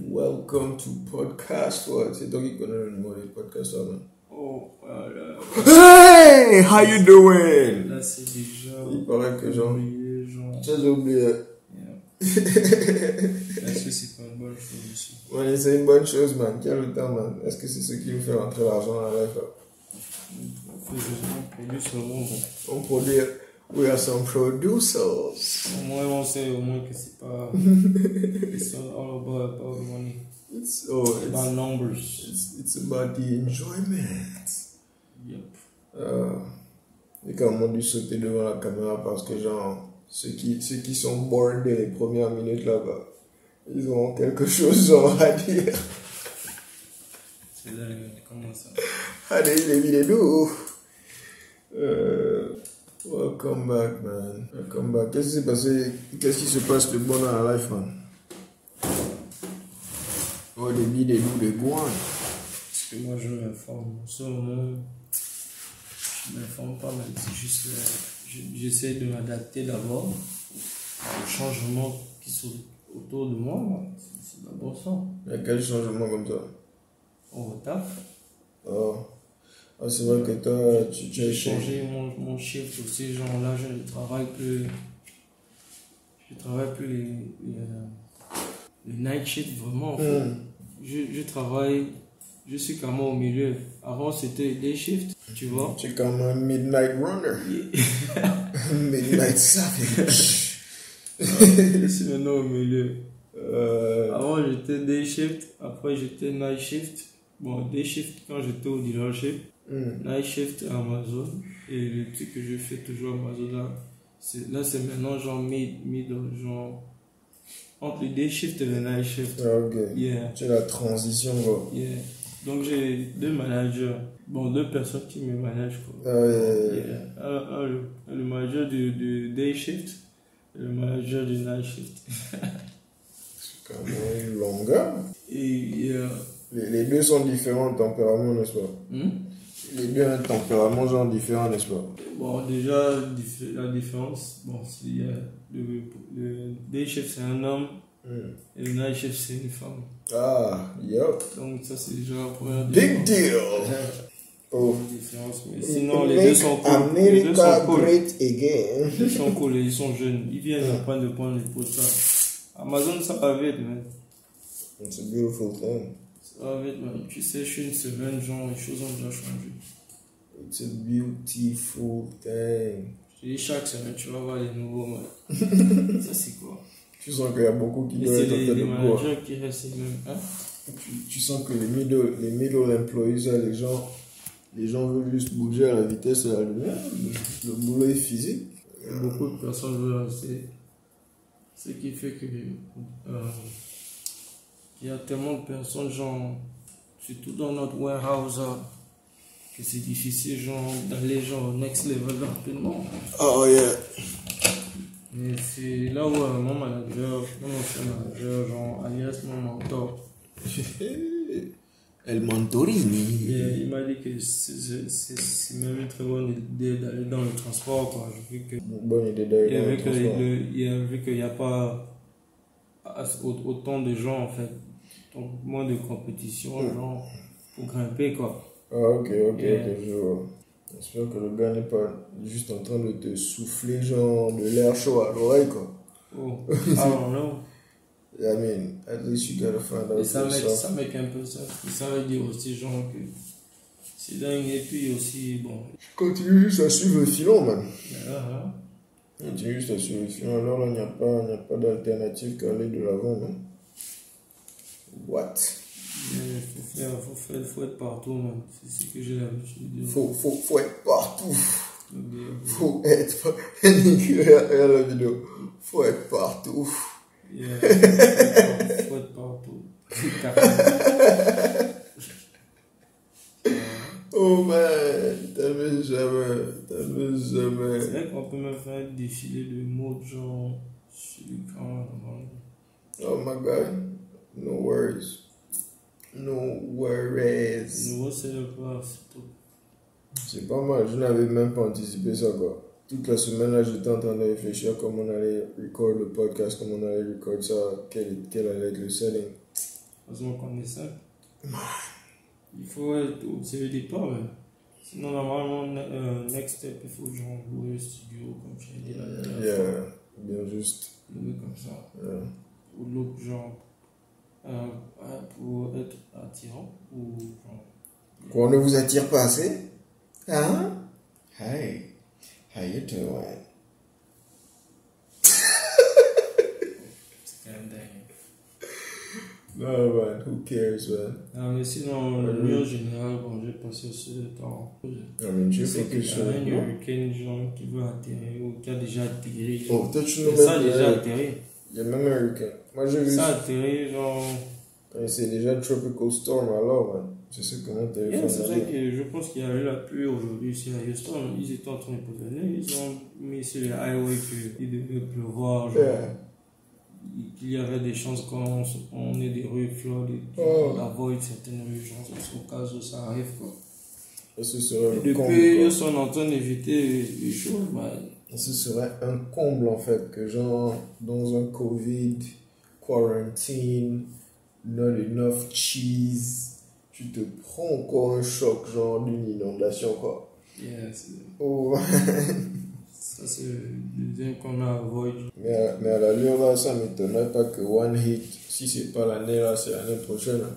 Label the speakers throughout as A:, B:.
A: welcome to Podcast World. C'est toi qui connais le mot de podcast World. hein.
B: Oh, voilà.
A: Hey, how you doing?
B: Là, c'est déjà.
A: Il paraît que
B: j'ai
A: j'en
B: oublié, genre.
A: Ça, j'ai oublié.
B: Yeah. Est-ce que c'est pas une bonne chose, monsieur
A: Ouais, c'est une bonne chose, man. Quel le temps, man. Est-ce que c'est ce qui nous fait rentrer l'argent dans la life? hein?
B: Heureusement, produit seulement bon.
A: On produit. We are some producers.
B: Au moins, on sait au moins que c'est pas. It's not all about, about money.
A: It's, oh,
B: It's
A: it's,
B: about numbers.
A: it's, it's about the enjoyment.
B: Yep.
A: Euh, et quand on dû sauter devant la caméra parce que, genre, ceux qui, ceux qui sont bored dès les premières minutes là-bas, ils ont quelque chose genre, à dire.
B: C'est dingue, comment ça
A: Allez, les vidéos. Euh, welcome back, man. Welcome back. Qu'est-ce qui s'est passé Qu'est-ce qui se passe de bon dans la life, man Oh, les vidéos de Gouane.
B: Parce que moi, je m'informe. En ce moment, je m'informe pas, mais c'est juste. euh, je- J'essaie de m'adapter d'abord aux changements qui sont autour de moi. moi. C'est- C'est d'abord ça.
A: Il y a quel changement comme ça
B: On retape.
A: Oh, Ah, c'est vrai que toi, tu, tu as
B: J'ai
A: changé.
B: changé mon, mon shift aussi, genre là je ne travaille plus. Je travaille plus les, les, euh, les night shift vraiment. en fait.
A: Hmm.
B: Je, je travaille, je suis quand même au milieu. Avant c'était day shift, tu vois.
A: Tu es comme un midnight runner, midnight savage.
B: je suis maintenant au milieu.
A: Euh,
B: Avant j'étais day shift, après j'étais night shift. Bon, day shift quand j'étais au dealership,
A: hmm.
B: night shift à Amazon. Et le truc que je fais toujours à Amazon là, c'est, là c'est maintenant genre mid, mid, genre entre le day shift et le night shift.
A: Ok.
B: Yeah,
A: Tu es la transition, oh. quoi.
B: yeah. Donc j'ai deux managers, bon deux personnes qui me managent quoi.
A: Euh,
B: Yeah. Un- un, le, ah, le manager du, du day shift et le manager du night shift.
A: C'est quand même une longueur.
B: Et euh,
A: Les, les deux sont différents en tempérament, n'est-ce pas
B: hmm?
A: Les deux ont un tempérament genre différent, n'est-ce pas
B: Bon, déjà, dif- la différence, bon, c'est, euh, le, le day chef c'est un homme
A: Hmm.
B: et le night chef c'est une femme.
A: Ah, yup.
B: Donc, ça, c'est déjà la première
A: Big
B: différence.
A: deal Oh.
B: Première différence, mais sinon, les deux sont cool. Les deux
A: America
B: sont cool.
A: great Ah. again.
B: Les deux sont cool et ils sont jeunes. Ils viennent
A: Ouais.
B: en train de prendre les pots Amazon, ça va vite, man.
A: It's a beautiful thing.
B: Ça va vite, man. Tu sais, je suis une semaine, genre, les choses ont déjà changé.
A: It's a beautiful thing.
B: Je te dis, chaque semaine, tu vas voir les nouveaux, man. ça, c'est quoi?
A: Tu sens qu'il y a beaucoup qui
B: Et
A: doivent
B: c'est
A: être en
B: les,
A: train
B: les
A: de boire.
B: managers qui restent les mêmes, hein?
A: tu, tu sens que les middle, les middle employees, là, les gens, les gens veulent juste bouger à la vitesse de la lumière. Le, le boulot est physique.
B: Beaucoup de personnes veulent rester. Ce qui fait que. euh, Il y a tellement de personnes, genre, surtout dans notre warehouse, hein, que c'est difficile, genre, d'aller, genre, au next level rapidement.
A: Oh yeah.
B: Mais c'est là où euh, mon manager, mon ancien manager, genre, alias mon mentor,
A: El mentorisme.
B: il, il m'a dit que c'est- c'est c'est- c'est même une très bonne idée d'aller dans le transport, quoi. Vu que
A: Bonne idée d'ailleurs.
B: Il y avait que le- il y a- vu qu'il n'y a pas as- au- autant de gens en fait, donc moins de compétition,
A: Mm.
B: genre pour grimper quoi.
A: Ah ok, ok,
B: Yeah.
A: ok, je vois. J'espère que le gars n'est pas juste en train de te souffler genre de l'air chaud à l'oreille quoi.
B: Oh, ah non, non.
A: I mean, at least you gotta find out
B: Et ça m'aide
A: yourself.
B: ça m'aide un peu ça. Et ça veut dire aussi genre que c'est dingue et puis aussi bon.
A: Continue juste à suivre le filon, man.
B: ah, ah.
A: Continue juste à suivre le filon. Alors là, il n'y a pas, il n'y a pas d'alternative qu'à aller de l'avant, non What
B: Mais faut faire, faut faire, faut être partout même. C'est ce que j'ai l'habitude de dire.
A: faut, faut, faut être partout.
B: Donc, euh,
A: Faut être. par- Nicolas, regarde la vidéo. Faut être partout.
B: Yeah. faut être- faut être partout. Carrément. Ouais.
A: Oh man, t'avais jamais, t'avais jamais.
B: C'est vrai qu'on peut même faire un défilé de mots, genre, sur le grand avant.
A: Oh my god. No worries. No worries.
B: Nouveau, c'est le pas, c'est tout.
A: C'est pas mal, je n'avais même pas anticipé ça quoi. Toute la semaine là, j'étais en train de réfléchir comment on allait record le podcast, comment on allait record ça, quel, quel allait être le setting.
B: façon qu'on est simple. Il faut être au sérieux des pas, ouais. Sinon, normalement, euh, next step, il faut genre louer le studio, comme je l'ai dit la dernière fois.
A: Yeah, bien juste.
B: Louer comme ça.
A: Yeah.
B: Ou look, genre, euh, euh, pour être attirant, ou genre.
A: Qu'on ne vous attire pas assez Hein
C: Hey, how you doing?
B: C'est quand même dingue.
A: No man, Ah, who cares man
B: Ah, mais sinon, le
A: Ouais.
B: mieux en général, bon, j'ai passé aussi le temps.
A: I mean,
B: Je
A: tu
B: sais
A: fais
B: que
A: quelque
B: j'ai
A: chose.
B: un hurricane, genre, qui veut atterrir ou qui a déjà atterri.
A: Oh, peut-être tu nous
B: Mais ça,
A: mets
B: déjà
A: euh,
B: atterri.
A: Il y a même un hurricane. Moi j'ai vu.
B: Ça
A: ça.
B: atterri, genre.
A: Et C'est déjà Tropical Storm alors man. Je sais comment t'as
B: Yeah, c'est vrai que je pense qu'il y a eu la pluie aujourd'hui ici à Houston. Ils étaient en train de poser Ils ont mis sur les highways qu'il devait pleuvoir. Genre,
A: Yeah.
B: Qu'il y avait des chances qu'on se- on ait des rues floodes et
A: Oh.
B: qu'on avoid certaines rues, genre, c'est au cas où ça arrive. Quoi.
A: Et ce serait
B: Et
A: le
B: depuis, ils
A: comble.
B: sont en train d'éviter les choses. bah,
A: quoi. Ce serait un comble en fait que genre dans un Covid, quarantine, not enough cheese, tu te prends encore un choc genre d'une inondation quoi.
B: yeah, c'est-
A: Oh.
B: ça, c'est le deuxième qu'on a avoid.
A: Mais à, mais à l'allure là, ça m'étonnerait pas que One Hit, si c'est pas l'année là, c'est l'année prochaine. hein.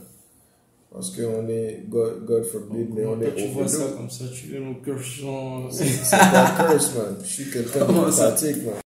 A: Parce qu'on est, God, God forbid, mais on
B: Quand
A: est
B: Oh, tu vois
A: overdue.
B: ça comme ça, tu veux nous cœur genre.
A: C'est pas curse, man. Je suis quelqu'un de
B: Comment ça
A: pratique, man.